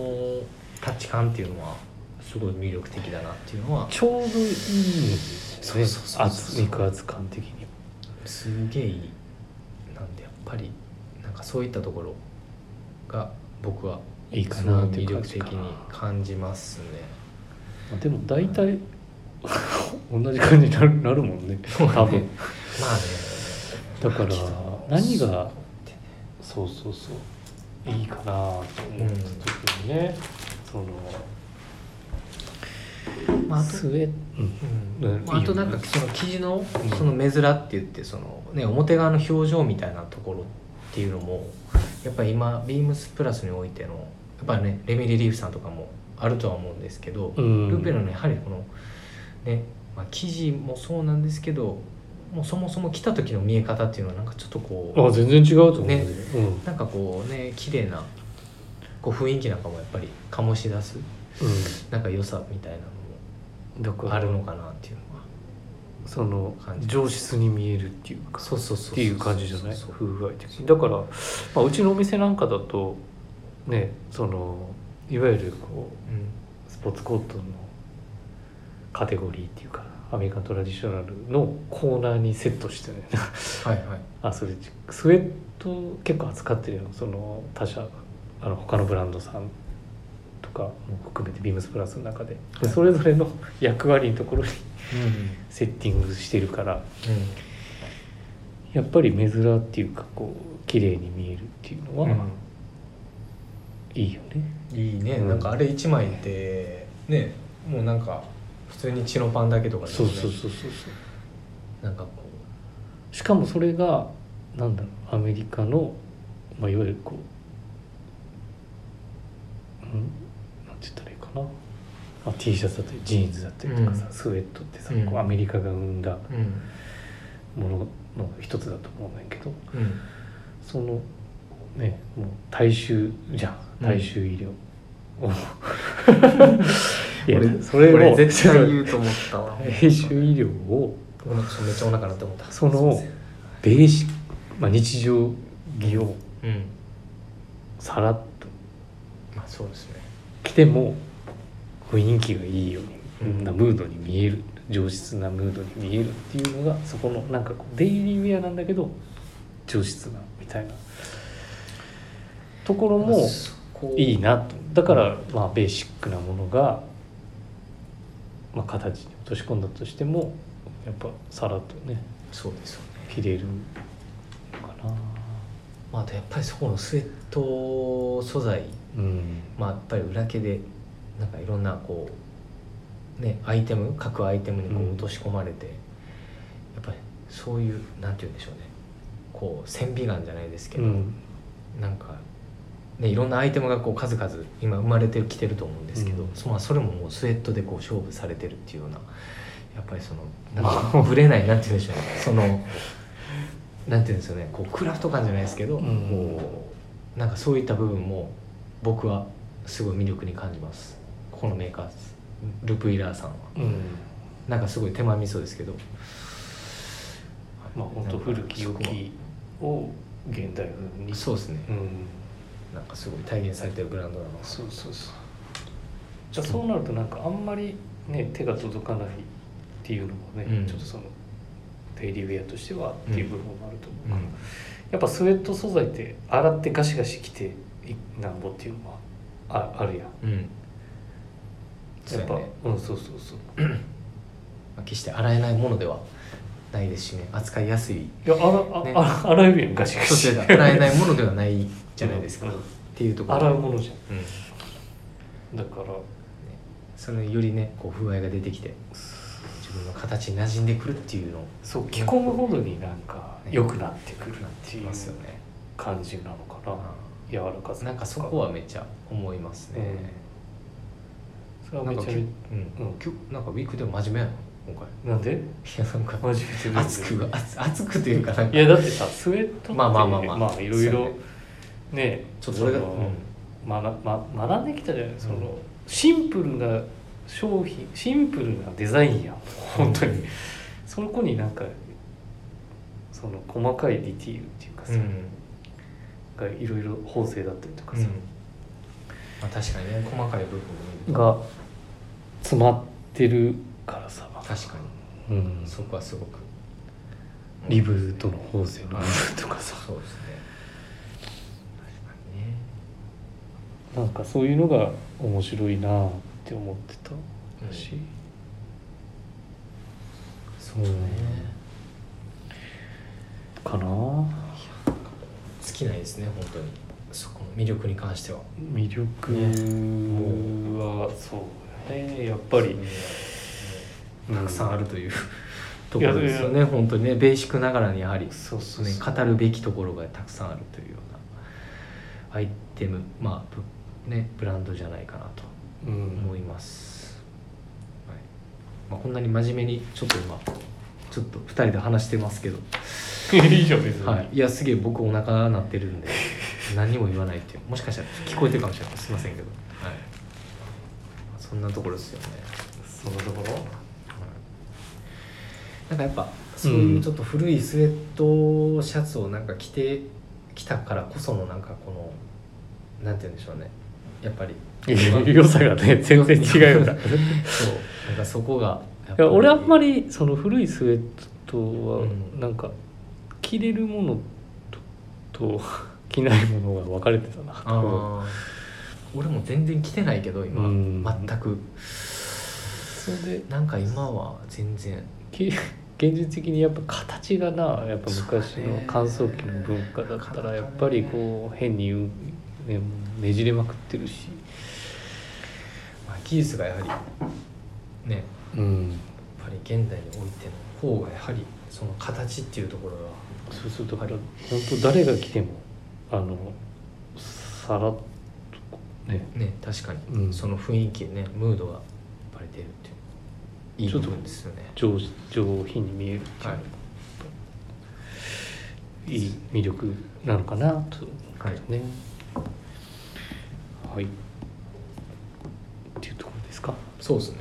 [SPEAKER 2] タッチ感っていうのはすごい魅力的だなっていうのは
[SPEAKER 1] ちょうどいいんです
[SPEAKER 2] そう
[SPEAKER 1] ね
[SPEAKER 2] そうそうそう
[SPEAKER 1] 圧肉厚感的に
[SPEAKER 2] すげえいいなんでやっぱりなんかそういったところが僕はい
[SPEAKER 1] いかなって
[SPEAKER 2] す
[SPEAKER 1] い
[SPEAKER 2] ご
[SPEAKER 1] う
[SPEAKER 2] い魅
[SPEAKER 1] 感
[SPEAKER 2] 力
[SPEAKER 1] じ
[SPEAKER 2] 的
[SPEAKER 1] かな
[SPEAKER 2] に感じますね
[SPEAKER 1] まあでも大体 同じ感じになるなるもんね多分
[SPEAKER 2] まあね
[SPEAKER 1] だから
[SPEAKER 2] きっと
[SPEAKER 1] 何がそうそうそういいかなと思った時にね、その
[SPEAKER 2] まあ、あと
[SPEAKER 1] スウェット、うん
[SPEAKER 2] うんまあ、あとなんかその生地のその目面って言ってその、ね、表側の表情みたいなところっていうのもやっぱり今ビームスプラスにおいてのやっぱりねレミリリーフさんとかもあるとは思うんですけど、
[SPEAKER 1] うん
[SPEAKER 2] ルーペのねやはりこのね、まあ、生地もそうなんですけどもうそもそも来た時の見え方っていうのはなんかちょっとこう
[SPEAKER 1] あ全然違うと思う
[SPEAKER 2] ね
[SPEAKER 1] うんうん
[SPEAKER 2] なんかこうね綺麗なこう雰囲気なんかもやっぱり醸し出すなんか良さみたいなの
[SPEAKER 1] だか
[SPEAKER 2] も
[SPEAKER 1] ら
[SPEAKER 2] あるのかなっていうのは。
[SPEAKER 1] その
[SPEAKER 2] 感じ
[SPEAKER 1] 上質に見えるっていうか
[SPEAKER 2] そうそうそうそう
[SPEAKER 1] っていう感じじゃない
[SPEAKER 2] そう
[SPEAKER 1] 風合い的にだから、まあ、うちのお店なんかだとねそのいわゆるこう
[SPEAKER 2] う
[SPEAKER 1] スポーツコートのカテゴリーっていうかアメリカントラディショナルのコーナーにセットしてね
[SPEAKER 2] んはいはい
[SPEAKER 1] アスレチックスウェット結構扱ってるよその他社あの他のブランドさんとかも含めてビームスプラスの中ででそれぞれの役割のところに
[SPEAKER 2] うん
[SPEAKER 1] セッティングしてるから
[SPEAKER 2] うん
[SPEAKER 1] やっぱり目面っていうかこう綺麗に見えるっていうのはいいよね、
[SPEAKER 2] いいね、
[SPEAKER 1] うん
[SPEAKER 2] なんかあれ一枚ってねもうなんか普通にチノパンだけとかです
[SPEAKER 1] そう
[SPEAKER 2] ね
[SPEAKER 1] そうそうそうそう
[SPEAKER 2] なんかこ
[SPEAKER 1] しかもそれがなんだろうアメリカの、まあ、いわゆるこううんなんて言ったらいいかな、まあ、T シャツだったりジーンズだったりとかさ、
[SPEAKER 2] うん
[SPEAKER 1] スウェットってさ、
[SPEAKER 2] うん
[SPEAKER 1] こうアメリカが生んだ
[SPEAKER 2] ううん
[SPEAKER 1] ものの一つだと思うんだけど
[SPEAKER 2] うん
[SPEAKER 1] そのねもう大衆じゃん
[SPEAKER 2] うん
[SPEAKER 1] 大衆医療、 いや
[SPEAKER 2] 俺
[SPEAKER 1] それを
[SPEAKER 2] 俺絶対言うと思っ たわ
[SPEAKER 1] 大衆医療を
[SPEAKER 2] ごめんそうめっちゃお腹鳴って思った
[SPEAKER 1] その
[SPEAKER 2] すいま
[SPEAKER 1] ベーシック、まあ、日常着を
[SPEAKER 2] せんうん
[SPEAKER 1] さらっと
[SPEAKER 2] まあそうですね
[SPEAKER 1] 来ても雰囲気がいいように、
[SPEAKER 2] うん
[SPEAKER 1] なムードに見える上質なムードに見えるっていうのがそこのなんかこうデイリーウェアなんだけど上質なみたいなところも
[SPEAKER 2] そこ
[SPEAKER 1] いいなとだからまあベーシックなものが、まあ、形に落とし込んだとしてもやっぱさらっとね
[SPEAKER 2] そうですよね
[SPEAKER 1] 着れるのかな
[SPEAKER 2] まああとやっぱりそこのスウェット素材
[SPEAKER 1] うん
[SPEAKER 2] まあ、やっぱり裏毛でなんかいろんなこうねアイテム各アイテムにこ
[SPEAKER 1] うん
[SPEAKER 2] う落とし込まれて、やっぱりそういうなんて言うんでしょうねこう線美眼じゃないですけ
[SPEAKER 1] う
[SPEAKER 2] ど、
[SPEAKER 1] ん
[SPEAKER 2] なんか、ね、いろんなアイテムがこう数々今生まれてきてると思うんですけど、
[SPEAKER 1] うん
[SPEAKER 2] そまあ、それももうスウェットでこう勝負されてるっていうようなやっぱ りそのなんかぶれないなんて言うんでしょうねそのなんて言うんですよねこうクラフト感じゃないですけど、
[SPEAKER 1] うん
[SPEAKER 2] こうなんかそういった部分も僕はすごい魅力に感じますここのメーカーですルプイラーさんは
[SPEAKER 1] うん
[SPEAKER 2] なんかすごい手間味噌ですけど
[SPEAKER 1] まあ本当古き良きを現代風に
[SPEAKER 2] そうですね、
[SPEAKER 1] うん
[SPEAKER 2] なんかすごい体現されてるブランドなの
[SPEAKER 1] そうそうそうじゃあそうなるとなんかあんまりね手が届かないっていうのもね、
[SPEAKER 2] うん
[SPEAKER 1] ちょっとそのデイリーウェアとしてはっていう部分もあると思うから、
[SPEAKER 2] うん
[SPEAKER 1] やっぱスウェット素材って洗ってガシガシ着てなんぼっていうのはああるやん
[SPEAKER 2] うんそう
[SPEAKER 1] や
[SPEAKER 2] や
[SPEAKER 1] っ
[SPEAKER 2] ね
[SPEAKER 1] ぱうんそうそうそう
[SPEAKER 2] まあ決して洗えないものではないですしね扱いやすい
[SPEAKER 1] いやあら、
[SPEAKER 2] ね
[SPEAKER 1] あ洗えるやんガシガ
[SPEAKER 2] そ
[SPEAKER 1] シ
[SPEAKER 2] して洗えないものではないじゃないですか、
[SPEAKER 1] うん
[SPEAKER 2] っていうところ
[SPEAKER 1] 洗うものじ
[SPEAKER 2] うん
[SPEAKER 1] ゃんだから
[SPEAKER 2] それよりねこう風合いが出てきて上自分の形に馴染んでくるっていうの
[SPEAKER 1] そう着込むほどになんか良くなってくるっていう
[SPEAKER 2] ますよね、
[SPEAKER 1] 感じなのか
[SPEAKER 2] う
[SPEAKER 1] な、柔らかさ
[SPEAKER 2] ん、なんかそこはめっちゃ思いますね、
[SPEAKER 1] それは
[SPEAKER 2] なん
[SPEAKER 1] め
[SPEAKER 2] か
[SPEAKER 1] ちゃ
[SPEAKER 2] き
[SPEAKER 1] め
[SPEAKER 2] ゅ、う
[SPEAKER 1] ち
[SPEAKER 2] ん
[SPEAKER 1] うん
[SPEAKER 2] きゅなんかウィークでも真面目やな今回
[SPEAKER 1] ゃなんで
[SPEAKER 2] いやなんか
[SPEAKER 1] 真面目で
[SPEAKER 2] 熱く熱熱くというかなんか
[SPEAKER 1] いやだってさスウェットって
[SPEAKER 2] まあまあまあまあ
[SPEAKER 1] まあいろい
[SPEAKER 2] そうや
[SPEAKER 1] ろ
[SPEAKER 2] ね
[SPEAKER 1] ね
[SPEAKER 2] ちょっと俺が、
[SPEAKER 1] その
[SPEAKER 2] うん
[SPEAKER 1] 学ま学んできたじゃないその、
[SPEAKER 2] うん
[SPEAKER 1] シンプルな商品シンプルなデザインやん本当に、そこになんかその細かいディティールっていうかさ、
[SPEAKER 2] うん
[SPEAKER 1] がいろいろ縫製だったりとか
[SPEAKER 2] うん
[SPEAKER 1] さ、
[SPEAKER 2] まあ、確かにね細かい部分を見ると
[SPEAKER 1] が詰まってるからさ、
[SPEAKER 2] 確か
[SPEAKER 1] うん
[SPEAKER 2] に、そこはすごく
[SPEAKER 1] リブートの縫製の部分とかさ
[SPEAKER 2] そうですね確かにね
[SPEAKER 1] なんかそういうのが面白いなって思ってたし、
[SPEAKER 2] そうね
[SPEAKER 1] かな
[SPEAKER 2] 尽きないですね本当にそこの魅力に関しては
[SPEAKER 1] 魅力はそうねやっぱり
[SPEAKER 2] たくさんあるという、と
[SPEAKER 1] い
[SPEAKER 2] こ
[SPEAKER 1] や
[SPEAKER 2] ろですよ
[SPEAKER 1] い
[SPEAKER 2] ね本当にねベーシックながらにやはり、ね、
[SPEAKER 1] そうそうそう
[SPEAKER 2] 語るべきところがたくさんあるというようなアイテムまあぶねブランドじゃないかなと
[SPEAKER 1] うん
[SPEAKER 2] 思います、はいまあ、こんなに真面目にちょっと今ちょっと2人で話してますけど、
[SPEAKER 1] いいじゃん別に、
[SPEAKER 2] はい、いやすげえ僕お腹鳴ってるんで 何にも言わないっていうもしかしたら聞こえてるかもしれないすいませんけど、はい、そんなところですよね、
[SPEAKER 1] そのところ
[SPEAKER 2] なんかやっぱそういうちょっと古いスウェットシャツをなんか着てきたからこそのなんかこのなんて言うんでしょうねやっぱり
[SPEAKER 1] 良さがね全然違うよない
[SPEAKER 2] そうなんかそこがやっぱり
[SPEAKER 1] や俺あんまりその古いスウェット
[SPEAKER 2] う
[SPEAKER 1] は
[SPEAKER 2] ん
[SPEAKER 1] なんか着れるものと と着ないものが分かれてたな
[SPEAKER 2] あー俺も全然着てないけど今、
[SPEAKER 1] うん
[SPEAKER 2] 全く
[SPEAKER 1] それで
[SPEAKER 2] なんか今は全然
[SPEAKER 1] き現実的にやっぱ形がなやっぱ昔
[SPEAKER 2] そうだ
[SPEAKER 1] の
[SPEAKER 2] ね
[SPEAKER 1] 乾燥機の文化だったら
[SPEAKER 2] なかなかね
[SPEAKER 1] やっぱりこう変に、ね、ねじれまくってるし、
[SPEAKER 2] まあ、技術がやはりねやっ
[SPEAKER 1] うん、
[SPEAKER 2] ぱり現代においての方がやはりその形っていうところが
[SPEAKER 1] そうするとだから本当誰が来てもあのさらっとね
[SPEAKER 2] ね確かに、
[SPEAKER 1] うん
[SPEAKER 2] その雰囲気ねムードがやっぱり出るっていういい
[SPEAKER 1] ちょ
[SPEAKER 2] 部
[SPEAKER 1] っと
[SPEAKER 2] 分ですよね
[SPEAKER 1] 上上品に見えるっていう、、
[SPEAKER 2] はい
[SPEAKER 1] い魅力なのかなと思うけどね。はい、っていうところですか。
[SPEAKER 2] そうですね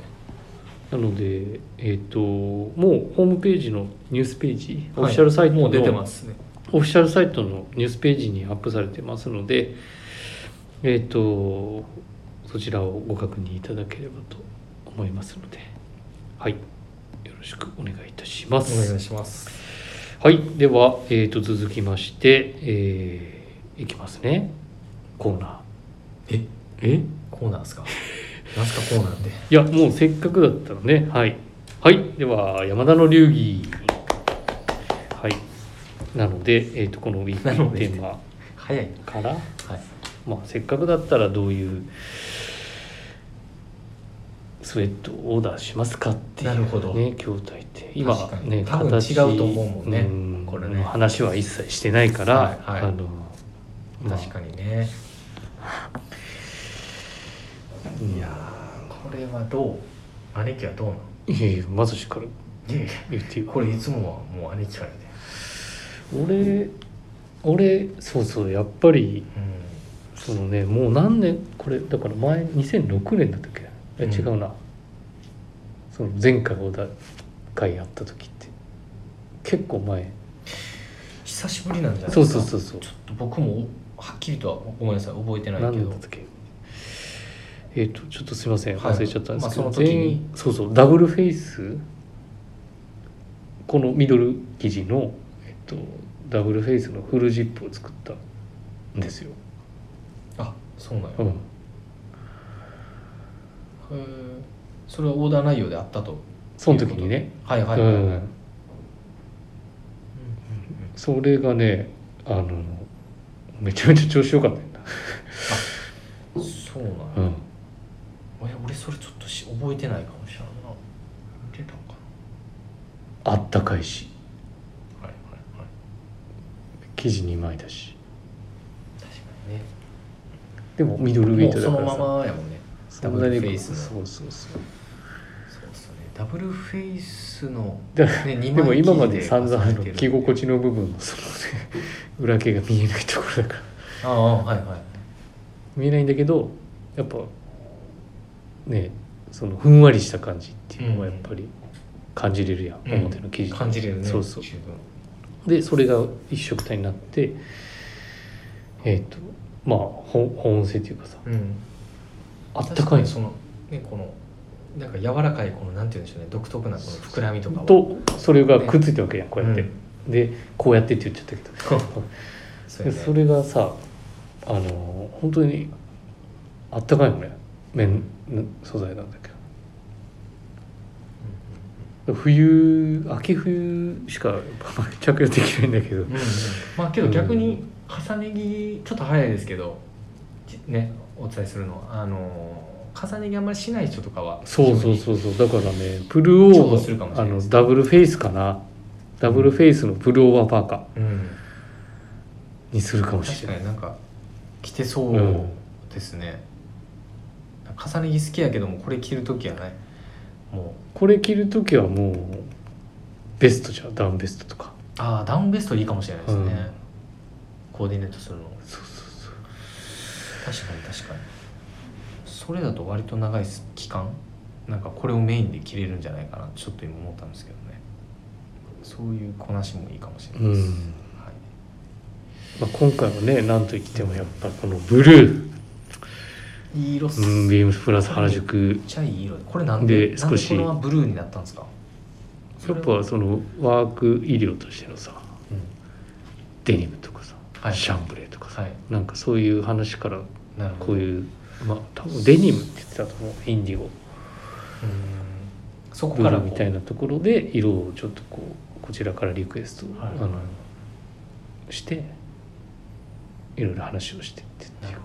[SPEAKER 1] なので、えー、ともうホームページのニュースページ、オ
[SPEAKER 2] は
[SPEAKER 1] フ
[SPEAKER 2] い
[SPEAKER 1] ィシャルサイトの
[SPEAKER 2] もう出てますね
[SPEAKER 1] オフィシャルサイトのニュースページにアップされてますので、えー、とそちらをご確認いただければと思いますので、はい、よろしくお願いいたしま
[SPEAKER 2] お願い
[SPEAKER 1] す。
[SPEAKER 2] します
[SPEAKER 1] はい、では、えー、と続きまして、えーいきますね。コーナ
[SPEAKER 2] え
[SPEAKER 1] ー。え
[SPEAKER 2] コーナーですか何すかコーナーって
[SPEAKER 1] いやもうせっかくだったのねはいはいでは山田の流儀はいなので、えー、とこのウィークリ
[SPEAKER 2] な
[SPEAKER 1] ー
[SPEAKER 2] ので
[SPEAKER 1] テーマ
[SPEAKER 2] 早いな
[SPEAKER 1] から、
[SPEAKER 2] はい
[SPEAKER 1] まあ、せっかくだったらどういうスウェットをオーダーしますかっていう、ね、
[SPEAKER 2] なるほど
[SPEAKER 1] 筐体って今
[SPEAKER 2] 確かに
[SPEAKER 1] ね
[SPEAKER 2] 多分
[SPEAKER 1] 形
[SPEAKER 2] 違うと思うもんね
[SPEAKER 1] うん
[SPEAKER 2] これね
[SPEAKER 1] 話は一切してないから、
[SPEAKER 2] はいはい
[SPEAKER 1] あのまあ
[SPEAKER 2] 確かにね、
[SPEAKER 1] うん
[SPEAKER 2] いやーこれはどう姉貴はどうなの
[SPEAKER 1] いやいやまずしから
[SPEAKER 2] いやいや
[SPEAKER 1] 言っていいわ
[SPEAKER 2] これいつもはもう姉貴からで、
[SPEAKER 1] 俺俺そうそうやっぱり
[SPEAKER 2] うん、
[SPEAKER 1] そのねもう何年これだから前2006年だったっけえ
[SPEAKER 2] うん
[SPEAKER 1] 違うな、その前回お題会やった時って結構前
[SPEAKER 2] 久しぶりなんじゃないです
[SPEAKER 1] そ
[SPEAKER 2] か
[SPEAKER 1] うそうそうそう
[SPEAKER 2] ちょっと僕もはっきりとはごめんなさい覚えてない
[SPEAKER 1] 何
[SPEAKER 2] け
[SPEAKER 1] 年
[SPEAKER 2] ど
[SPEAKER 1] だったっけえっ、とちょっとすいません
[SPEAKER 2] はい
[SPEAKER 1] 忘れちゃったんですけど、
[SPEAKER 2] まあその時に
[SPEAKER 1] 全員そうそうダブルフェイスこのミドル生地の、えっとダブルフェイスのフルジップを作ったんですよ、
[SPEAKER 2] あそうなんや、
[SPEAKER 1] う
[SPEAKER 2] へ
[SPEAKER 1] ん、
[SPEAKER 2] えそれはオーダー内容であったと
[SPEAKER 1] その時にね
[SPEAKER 2] はいはいは
[SPEAKER 1] う
[SPEAKER 2] い、はいうん
[SPEAKER 1] ん、それがねあのめちゃめちゃ調子良かったんだ、
[SPEAKER 2] うん、そうなんや、
[SPEAKER 1] うん、
[SPEAKER 2] え俺それちょっとし覚えてないかもしれないな見てたんか
[SPEAKER 1] あったかいし
[SPEAKER 2] はいはいはい
[SPEAKER 1] 生地2枚だし
[SPEAKER 2] 確かにね
[SPEAKER 1] でもミドルウェイ
[SPEAKER 2] も
[SPEAKER 1] ト
[SPEAKER 2] う
[SPEAKER 1] だ
[SPEAKER 2] そ
[SPEAKER 1] か
[SPEAKER 2] の
[SPEAKER 1] らさ
[SPEAKER 2] ままやもんね
[SPEAKER 1] そ
[SPEAKER 2] ダ
[SPEAKER 1] ん
[SPEAKER 2] ブ
[SPEAKER 1] な
[SPEAKER 2] ル
[SPEAKER 1] に
[SPEAKER 2] フェイスの
[SPEAKER 1] そうそうそう
[SPEAKER 2] そうですねダブルフェイスの、
[SPEAKER 1] だで
[SPEAKER 2] ね、二枚
[SPEAKER 1] も今まで
[SPEAKER 2] 生地
[SPEAKER 1] 散々あ
[SPEAKER 2] 重ね
[SPEAKER 1] の
[SPEAKER 2] てるんで
[SPEAKER 1] 着心地の部分のそのね 裏毛が見えないところだから
[SPEAKER 2] ああはいはい
[SPEAKER 1] 見えないんだけどやっぱねそのふんわりした感じっていうのはやっぱり感じれるやん、
[SPEAKER 2] うん
[SPEAKER 1] 表の生地
[SPEAKER 2] 感じれるね
[SPEAKER 1] そうそう
[SPEAKER 2] 十分
[SPEAKER 1] でそれが一色体になってえっ、とまあほ保温性っていうかさ
[SPEAKER 2] うん
[SPEAKER 1] あったかい
[SPEAKER 2] そのねこのなんか柔らかいこのなんて言うんでしょうね独特なこの膨らみとかは
[SPEAKER 1] とそれがくっついたわけやんこうやって、
[SPEAKER 2] うん
[SPEAKER 1] でこうやってって言っちゃったけど
[SPEAKER 2] そう
[SPEAKER 1] で
[SPEAKER 2] やね
[SPEAKER 1] それがさあの本当にあったかいのね綿素材なんだけど冬秋冬しかやっぱ着用できないんだけど
[SPEAKER 2] うんうんうんまあけど逆に重ね着ちょっと早いですけどじねお伝えするのはあのー重ね着あんまりしない人とかは
[SPEAKER 1] そうそうそうそうだからねプル
[SPEAKER 2] 重
[SPEAKER 1] オ
[SPEAKER 2] 宝する
[SPEAKER 1] ー
[SPEAKER 2] かもし
[SPEAKER 1] あ
[SPEAKER 2] れないで
[SPEAKER 1] の
[SPEAKER 2] す
[SPEAKER 1] ダブルフェイスかなダブルフェイスのプルオーバーパーカ
[SPEAKER 2] 非常にうん
[SPEAKER 1] ーにするかもし
[SPEAKER 2] 確
[SPEAKER 1] れな
[SPEAKER 2] か
[SPEAKER 1] い
[SPEAKER 2] になんか着てそう
[SPEAKER 1] うん
[SPEAKER 2] ですね、なんか重ね着好きやけどもこれ着る時はねもう
[SPEAKER 1] これ着る時はもうベストじゃんダウンベストとか
[SPEAKER 2] ああダウンベストいいかもしれないですね、
[SPEAKER 1] うん
[SPEAKER 2] コーディネートするの
[SPEAKER 1] そうそう
[SPEAKER 2] 確かに確かにそれだと割と長い期間なんかこれをメインで着れるんじゃないかなちょっと今思ったんですけどねそういうこなしもいいかもしれ
[SPEAKER 1] そう
[SPEAKER 2] な
[SPEAKER 1] う
[SPEAKER 2] いです、
[SPEAKER 1] ん、
[SPEAKER 2] はい、
[SPEAKER 1] まあ、今回はねなんといってもやっぱこのブル
[SPEAKER 2] いい色っ
[SPEAKER 1] ー、
[SPEAKER 2] す
[SPEAKER 1] う
[SPEAKER 2] め
[SPEAKER 1] ん、
[SPEAKER 2] っ
[SPEAKER 1] ビームスプラス原宿
[SPEAKER 2] ちゃいい色でこれなんで
[SPEAKER 1] で
[SPEAKER 2] なん
[SPEAKER 1] 少
[SPEAKER 2] で
[SPEAKER 1] し
[SPEAKER 2] このブルーになったんですか
[SPEAKER 1] やっぱそのワーク医療としてのさ
[SPEAKER 2] うん
[SPEAKER 1] デニムとかさ、
[SPEAKER 2] はい
[SPEAKER 1] シャンブレーとかさ、
[SPEAKER 2] はい
[SPEAKER 1] なんかそういう話から
[SPEAKER 2] なるほど
[SPEAKER 1] こういうまあ多分デニムって言ってたと思うインディゴ
[SPEAKER 2] そこ
[SPEAKER 1] ブ
[SPEAKER 2] か
[SPEAKER 1] ル
[SPEAKER 2] ら
[SPEAKER 1] ーみたいなところで色をちょっとこうこちらからリクエスト、
[SPEAKER 2] はい
[SPEAKER 1] あのしていろいろ話をしてって
[SPEAKER 2] なるほ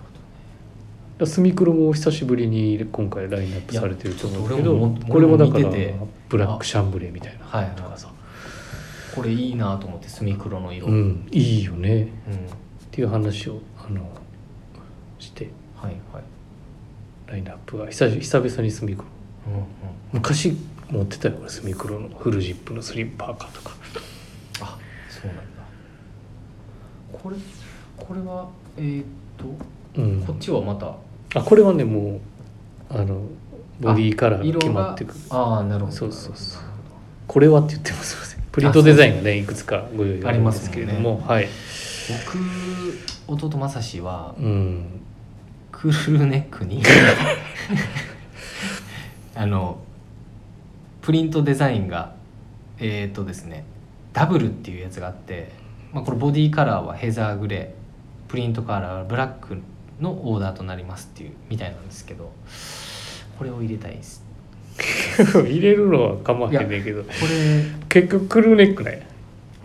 [SPEAKER 1] だスミクロも久しぶりに今回ラインナップされてると思うんだけど
[SPEAKER 2] いやちょっ
[SPEAKER 1] こ
[SPEAKER 2] と
[SPEAKER 1] れ
[SPEAKER 2] 俺も
[SPEAKER 1] もだから
[SPEAKER 2] 俺も見てて
[SPEAKER 1] ブラックシャンブレーみたい
[SPEAKER 2] はいは
[SPEAKER 1] ないとかさ、
[SPEAKER 2] どこれいいなと思って墨黒の色、
[SPEAKER 1] う
[SPEAKER 2] うん
[SPEAKER 1] ん、いいよねっていう話をあのして
[SPEAKER 2] はいはい、
[SPEAKER 1] ラインナップが久し久々にスミクロ
[SPEAKER 2] うんうん、
[SPEAKER 1] 昔持ってたよ俺スミクロのフルジップのスリッパーカーとか
[SPEAKER 2] あそうなんだこれこれはえーっと、
[SPEAKER 1] うん
[SPEAKER 2] こっちはまた
[SPEAKER 1] あこれはねもうあのボディーカラーが決まってくる
[SPEAKER 2] ああなるほど
[SPEAKER 1] そうそうそう
[SPEAKER 2] なるほ
[SPEAKER 1] これはって言ってもすいませんプリントデザインがねいくつかご用意があるんですけれども
[SPEAKER 2] あ
[SPEAKER 1] はい、
[SPEAKER 2] りど僕弟正志は
[SPEAKER 1] うん、
[SPEAKER 2] クールネッ クにあのプリントデザインがえーっとですねダブルっていうやつがあって、まあ、これボディカラーはヘザーグレープリントカラーはブラックのオーダーとなりますっていうみたいなんですけどこれを入れたいです
[SPEAKER 1] 入れるのは構わへんねんけど
[SPEAKER 2] これ
[SPEAKER 1] 結局クルーネックね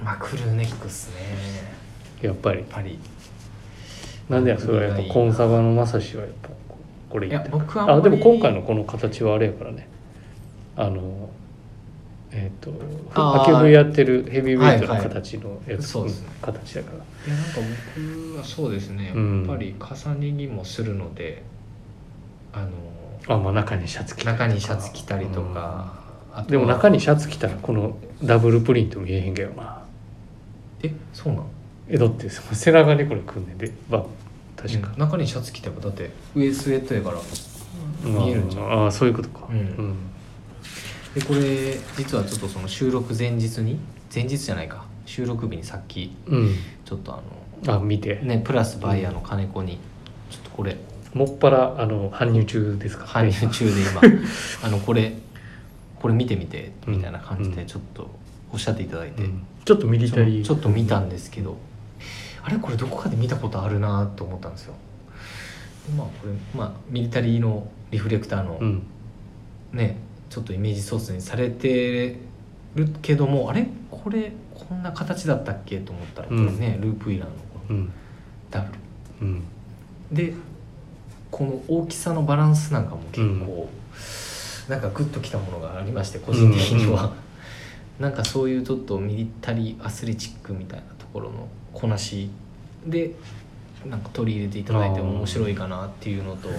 [SPEAKER 2] まあクルーネックっすね
[SPEAKER 1] やっぱり
[SPEAKER 2] やっぱり
[SPEAKER 1] なんでやそれはやっぱコンサバのまさしはやっぱこれ
[SPEAKER 2] い
[SPEAKER 1] 言っ
[SPEAKER 2] や
[SPEAKER 1] てる
[SPEAKER 2] 僕は
[SPEAKER 1] あでも今回のこの形はあれやからねあのえっ、
[SPEAKER 2] あー
[SPEAKER 1] と秋冬やってるヘビーウェイト
[SPEAKER 2] は
[SPEAKER 1] の
[SPEAKER 2] いはい
[SPEAKER 1] 形のやつ、
[SPEAKER 2] そうですね
[SPEAKER 1] 形だから
[SPEAKER 2] いやなんか僕はそうですねやっ
[SPEAKER 1] うん
[SPEAKER 2] ぱり重ね着もするので、あの
[SPEAKER 1] あまあ中にシャツ着たりとか
[SPEAKER 2] 中にシャツ着たりとか、あとは
[SPEAKER 1] でも中にシャツ着たらこのダブルプリント見えへんけどな
[SPEAKER 2] えそうなん
[SPEAKER 1] えだってその背中にこれ組んでんでば確か
[SPEAKER 2] うん、中にシャツ着てもだって上スウェットやから
[SPEAKER 1] まあ
[SPEAKER 2] 見えるんじゃん
[SPEAKER 1] ああそういうことか
[SPEAKER 2] うんでこれ実はちょっとその収録前日に前日じゃないか収録日にさっき
[SPEAKER 1] うん、うん
[SPEAKER 2] ちょっとあ
[SPEAKER 1] あ見て、
[SPEAKER 2] のねプラスバイヤーの金子にちょっとこれ
[SPEAKER 1] もっぱらあの搬入中ですか
[SPEAKER 2] 搬
[SPEAKER 1] らね
[SPEAKER 2] 入中で今 あのこれこれ見てみてみたいな感じ
[SPEAKER 1] う
[SPEAKER 2] で
[SPEAKER 1] ん
[SPEAKER 2] ちょっとおっしゃっていただいて、
[SPEAKER 1] うんちょっとミリ
[SPEAKER 2] そ
[SPEAKER 1] タ
[SPEAKER 2] の
[SPEAKER 1] リー
[SPEAKER 2] ちょっと見たんですけど、あれこれどこかで見たことあるなと思ったんですよでまあこれ、まあ、ミリタリーのリフレクターの
[SPEAKER 1] うん
[SPEAKER 2] ね、ちょっとイメージソースにされてるけどもあれこれこんな形だったっけと思ったらこれね、ループイラーのこ
[SPEAKER 1] う
[SPEAKER 2] の
[SPEAKER 1] ん
[SPEAKER 2] ダブ
[SPEAKER 1] う
[SPEAKER 2] ル
[SPEAKER 1] ん
[SPEAKER 2] でこの大きさのバランスなんかも結構、なんかグッときたものがありまして個人的には、 なんかそういうちょっとミリタリーアスレチックみたいなところのこなしでなんか取り入れていただいても面白いかなっていうのとっ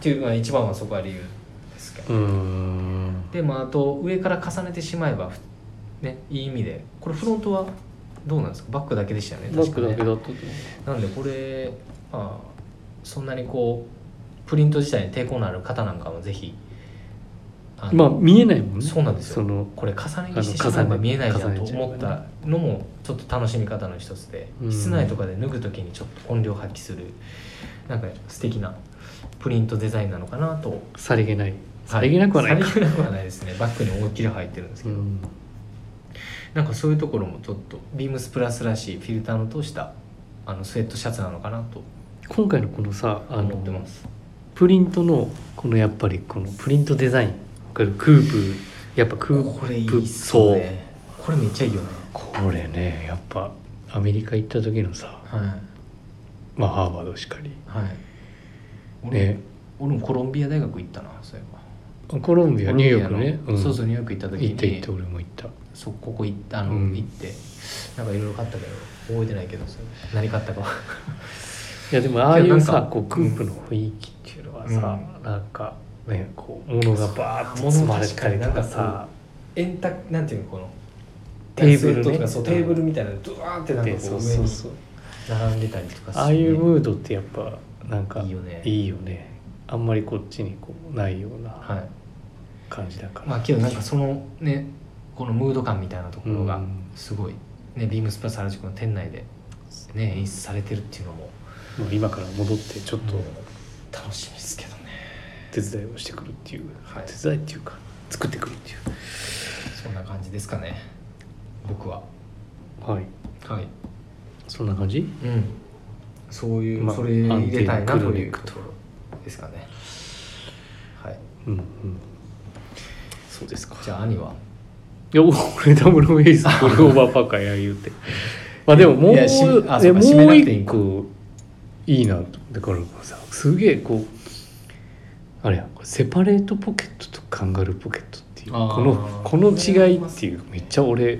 [SPEAKER 2] ていうのが一番はそこは理由ですけど、
[SPEAKER 1] うーん
[SPEAKER 2] でまああと上から重ねてしまえばふねいい意味でこれフロントはどうなんですかバックだけでしたよね
[SPEAKER 1] バックだ
[SPEAKER 2] ね
[SPEAKER 1] けだったと思
[SPEAKER 2] なんでこれまあそんなにこうプリント自体に抵抗のある方なんかもぜひあ
[SPEAKER 1] うまあ見えないもんね
[SPEAKER 2] そうなんですよ
[SPEAKER 1] その
[SPEAKER 2] これ重ね着してしまえば見えないじゃん
[SPEAKER 1] 重
[SPEAKER 2] と
[SPEAKER 1] ねちゃう
[SPEAKER 2] 思ったのもちょっと楽しみ方の一つで
[SPEAKER 1] うん
[SPEAKER 2] 室内とかで脱ぐ時にちょっと音量発揮するなんか素敵なプリントデザインなのかなと
[SPEAKER 1] さりげないさりげなくはないか、
[SPEAKER 2] さりげなくはないですねバッグに思いっきり入ってるんです
[SPEAKER 1] う
[SPEAKER 2] けど、
[SPEAKER 1] ん
[SPEAKER 2] なんかそういうところもちょっとビームスプラスらしいフィルターの通したあのスウェットシャツなのかなと
[SPEAKER 1] 今回のこのさあ
[SPEAKER 2] 思って
[SPEAKER 1] の
[SPEAKER 2] ます
[SPEAKER 1] プリントのこのやっぱりこのプリントデザインわかるクープやっぱクープ
[SPEAKER 2] これいいっすよねこれめっちゃいいよね
[SPEAKER 1] これねやっぱアメリカ行った時のさ
[SPEAKER 2] はい
[SPEAKER 1] まあハーバードしかり
[SPEAKER 2] はい俺,、
[SPEAKER 1] ね
[SPEAKER 2] 俺もコロンビア大学行ったなそういえば
[SPEAKER 1] コロンビアニューヨークね
[SPEAKER 2] コロンビアのそうそう
[SPEAKER 1] う
[SPEAKER 2] ニューヨーク行った
[SPEAKER 1] ん
[SPEAKER 2] 時に
[SPEAKER 1] 行って行って俺も行った
[SPEAKER 2] そうここ行ったあの、
[SPEAKER 1] うん
[SPEAKER 2] 行ってなんかいろいろ買ったけど覚えてないけどそれ何買ったかは
[SPEAKER 1] いやでもああいう
[SPEAKER 2] いやな
[SPEAKER 1] さ
[SPEAKER 2] んか
[SPEAKER 1] こうクープの雰囲気っていうのはさ、なんかねこう物がバーッと積まれたりとか
[SPEAKER 2] そう物確かになんか
[SPEAKER 1] さ
[SPEAKER 2] 円卓なんていうのこの
[SPEAKER 1] テーブルね
[SPEAKER 2] スウェットとかそうテーブルみたいなのドワーってなんかこ
[SPEAKER 1] で
[SPEAKER 2] う
[SPEAKER 1] そう
[SPEAKER 2] 上
[SPEAKER 1] そう
[SPEAKER 2] に
[SPEAKER 1] そう
[SPEAKER 2] 並んでたりとか
[SPEAKER 1] ああいう
[SPEAKER 2] ム
[SPEAKER 1] ムードってやっぱなんか
[SPEAKER 2] いいよね
[SPEAKER 1] いいよねあんまりこっちにこうないような
[SPEAKER 2] はい
[SPEAKER 1] 感じだから、
[SPEAKER 2] まあけどなんかそのねこのムード感みたいなところが
[SPEAKER 1] うん
[SPEAKER 2] すごい、ねビームスプラス原宿の店内でね演出されてるっていうのも
[SPEAKER 1] もう今から戻ってちょっと
[SPEAKER 2] 楽しみですけどね
[SPEAKER 1] 手伝いをしてくるっていう、
[SPEAKER 2] はい
[SPEAKER 1] 手伝いっていうか作ってくるってい
[SPEAKER 2] そんな感じですかね僕は
[SPEAKER 1] うはい
[SPEAKER 2] はいう
[SPEAKER 1] そんな感じ
[SPEAKER 2] うんそういう、
[SPEAKER 1] まあ
[SPEAKER 2] それ入れたいな
[SPEAKER 1] 安定の黒
[SPEAKER 2] というと
[SPEAKER 1] ネクと
[SPEAKER 2] ころですかねはい
[SPEAKER 1] うんうんそうですか
[SPEAKER 2] じゃあ兄はい
[SPEAKER 1] や俺ダブルウェイスブルオーバーパーカーや言うてまあでももう
[SPEAKER 2] いやしあそ
[SPEAKER 1] え
[SPEAKER 2] うか
[SPEAKER 1] も
[SPEAKER 2] 締めな
[SPEAKER 1] う
[SPEAKER 2] くてい
[SPEAKER 1] 一
[SPEAKER 2] い
[SPEAKER 1] 個いいなとだからさすげえこうあれやこれセパレートポケットとカンガルーポケットっていうこ
[SPEAKER 2] あー
[SPEAKER 1] のこの違いっていうめっちゃ俺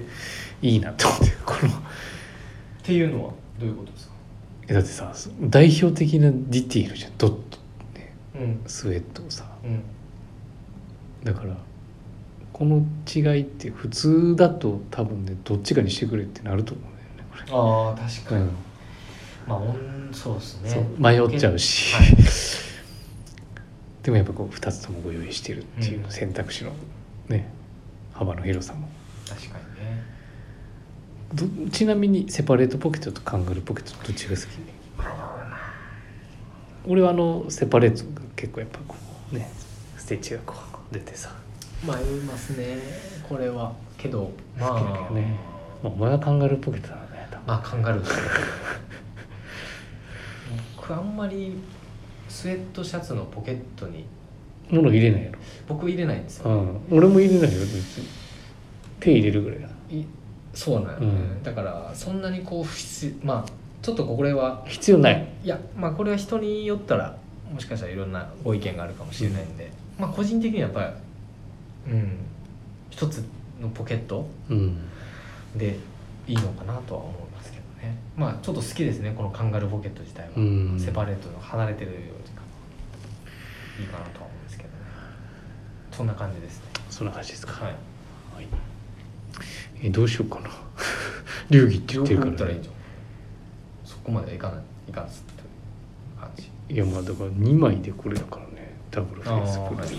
[SPEAKER 1] いいなと思ってこの
[SPEAKER 2] っていうのはどういうことですか
[SPEAKER 1] えだってさ代表的なディティールじゃんドットね
[SPEAKER 2] うん
[SPEAKER 1] スウェットをさ
[SPEAKER 2] うん
[SPEAKER 1] だからこの違いって普通だと多分ねどっちかにしてくれってなると思うんだよねこれ。
[SPEAKER 2] ああ確かに、
[SPEAKER 1] うん
[SPEAKER 2] まあおんそうですね
[SPEAKER 1] そう迷っちゃう
[SPEAKER 2] し
[SPEAKER 1] し、
[SPEAKER 2] はい
[SPEAKER 1] でもやっぱこう2つともご用意してるっていう
[SPEAKER 2] うん
[SPEAKER 1] 選択肢のね幅の広さも
[SPEAKER 2] 確かにね
[SPEAKER 1] どちなみにセパレートポケットとカンガルーポケットどっちが好き俺はあのセパレートが結構やっぱこうねステッチがこう出てさ
[SPEAKER 2] 迷いますねこれはけどま
[SPEAKER 1] 好きだけ
[SPEAKER 2] あ
[SPEAKER 1] どね、まあ、お前はカンガルーポケットなんだよ多分
[SPEAKER 2] まあカン ガルーですね僕あんまりスウェットシャツのポケットに
[SPEAKER 1] 物入れないやろ、
[SPEAKER 2] 僕入れないんですよ、
[SPEAKER 1] うん、俺も入れないよ別に手入れるぐらいだ
[SPEAKER 2] いそうなんよね、
[SPEAKER 1] うん
[SPEAKER 2] だからそんなにこう不必まあちょっとこれは
[SPEAKER 1] 必要ない
[SPEAKER 2] いやまあこれは人によったらもしかしたらいろんなご意見があるかもしれないんで、まあ個人的にはやっぱりうん一つのポケット
[SPEAKER 1] うん
[SPEAKER 2] でいいのかなとは思いますけどねまあちょっと好きですねこのカンガルーポケット自体は、
[SPEAKER 1] うん
[SPEAKER 2] セパレートの離れてるよりかいいかなとは思うんですけどねそんな感じですね
[SPEAKER 1] そんな感じですか、
[SPEAKER 2] はい
[SPEAKER 1] はい、えどうしようかな 流儀って言
[SPEAKER 2] 両
[SPEAKER 1] ってる
[SPEAKER 2] 方行っ
[SPEAKER 1] か
[SPEAKER 2] たら
[SPEAKER 1] ら、
[SPEAKER 2] いい
[SPEAKER 1] ね
[SPEAKER 2] じ、ゃんそこまではいかないいかんすという感じ
[SPEAKER 1] いやまあだから2枚でこれだからねダブルフ
[SPEAKER 2] あ
[SPEAKER 1] ェイス
[SPEAKER 2] ー
[SPEAKER 1] ブル
[SPEAKER 2] はい
[SPEAKER 1] ー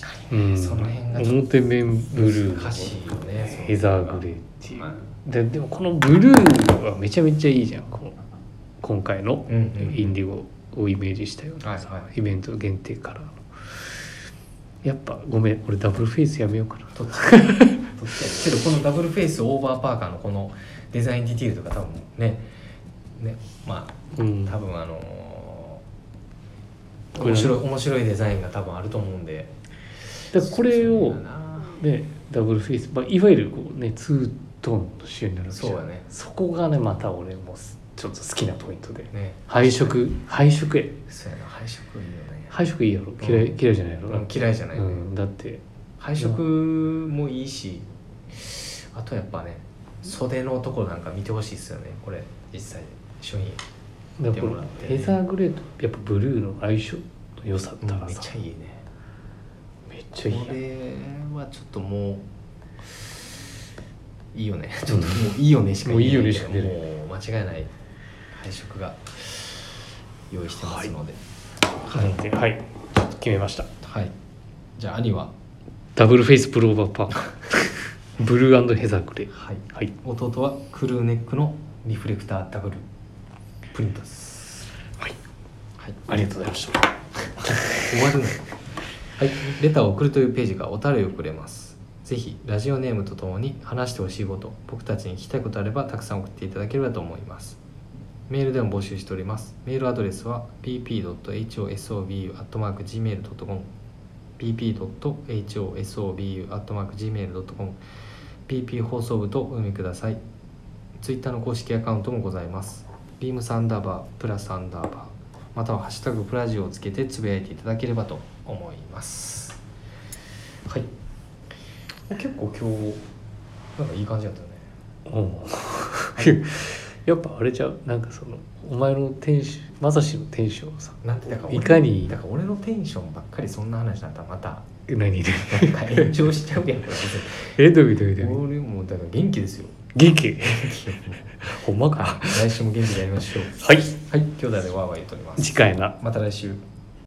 [SPEAKER 2] 確か
[SPEAKER 1] う
[SPEAKER 2] にね、
[SPEAKER 1] ん
[SPEAKER 2] その辺がちょっ
[SPEAKER 1] 表面ブル
[SPEAKER 2] と難しい
[SPEAKER 1] ー
[SPEAKER 2] よね
[SPEAKER 1] ヘザーグレーっていう
[SPEAKER 2] はい
[SPEAKER 1] ででもこのブルーはめちゃめちゃいいじゃんこの今回の
[SPEAKER 2] うんうん
[SPEAKER 1] インディゴをイメージしたようなさ、
[SPEAKER 2] はいは
[SPEAKER 1] イベント限定からのやっぱごめん俺ダブルフェイスやめようかな
[SPEAKER 2] どっちどっちけどこのダブルフェイスオーバーパーカーのこのデザインディティールとか多分ねねまあ
[SPEAKER 1] うん
[SPEAKER 2] 多分あのー
[SPEAKER 1] これ
[SPEAKER 2] 面白い面白いデザインが多分あると思うんで
[SPEAKER 1] だからこれを
[SPEAKER 2] そうだな
[SPEAKER 1] でダブルフェイス、まあ、いわゆるこうねツートーンの仕様になるわけじゃん
[SPEAKER 2] そうだね
[SPEAKER 1] そこがねまた俺もすちょっと好きなポイントで
[SPEAKER 2] ね
[SPEAKER 1] 配色配色へ
[SPEAKER 2] そうやな配色いいよね
[SPEAKER 1] 配色いいやろ嫌い,、
[SPEAKER 2] うん
[SPEAKER 1] 嫌いじゃないやろ、
[SPEAKER 2] うん嫌いじゃない、
[SPEAKER 1] うんだって
[SPEAKER 2] 配色もいいし、あとやっぱね袖のところなんか見てほしいですよねこれ実際商品
[SPEAKER 1] だからこのヘザーグレーとやっぱブルーの相性の良さったら
[SPEAKER 2] めっ
[SPEAKER 1] さ
[SPEAKER 2] ちゃいいね
[SPEAKER 1] めっ
[SPEAKER 2] こ
[SPEAKER 1] ちゃ
[SPEAKER 2] れ
[SPEAKER 1] いいやん
[SPEAKER 2] はちょっともういいよ ねちょっともういいよねしか言えな
[SPEAKER 1] もういいよねしか出ない
[SPEAKER 2] もう間違いない配色が用意してますので
[SPEAKER 1] なのではいちょっと決めました
[SPEAKER 2] はい、じゃあ兄は
[SPEAKER 1] ダブルフェイスプローバーパ ーカーブルーヘザーグレー
[SPEAKER 2] はい
[SPEAKER 1] はい
[SPEAKER 2] 弟はクルーネックのリフレクターダブルプリントです
[SPEAKER 1] はい
[SPEAKER 2] はい
[SPEAKER 1] ありがとうございました
[SPEAKER 2] 終わるね はいレターを送るというページがお便りをくれますぜひラジオネームとともに話してほしいこと僕たちに聞きたいことあればたくさん送っていただければと思いますメールでも募集しておりますメールアドレスは pp.hosobu.gmail.com pp.hosobu.gmail.com pp 放送部とお読みくださいツイッターの公式アカウントもございます。ビームサンダーバー、プラサンダーバー、またはハッシュタグプラジオをつけてつぶやいていただければと思います。はい。結構今日、なんかいい感じだったよね。
[SPEAKER 1] おうやっぱあれちゃうなんかそのお前の店主まさしの店主をさ
[SPEAKER 2] なんてだから俺
[SPEAKER 1] いかに
[SPEAKER 2] だから俺のテンションばっかりそんな話になったらまた、
[SPEAKER 1] 何で
[SPEAKER 2] なんか延長しちゃうやん。これ 別
[SPEAKER 1] えどういうどういうどう
[SPEAKER 2] に
[SPEAKER 1] いう
[SPEAKER 2] 俺もだから元気ですよ。
[SPEAKER 1] 元気 ほんまか
[SPEAKER 2] 来週も元気でやりましょう。
[SPEAKER 1] はい
[SPEAKER 2] はい、兄弟でワーワー言っております。
[SPEAKER 1] 次回な
[SPEAKER 2] また来週。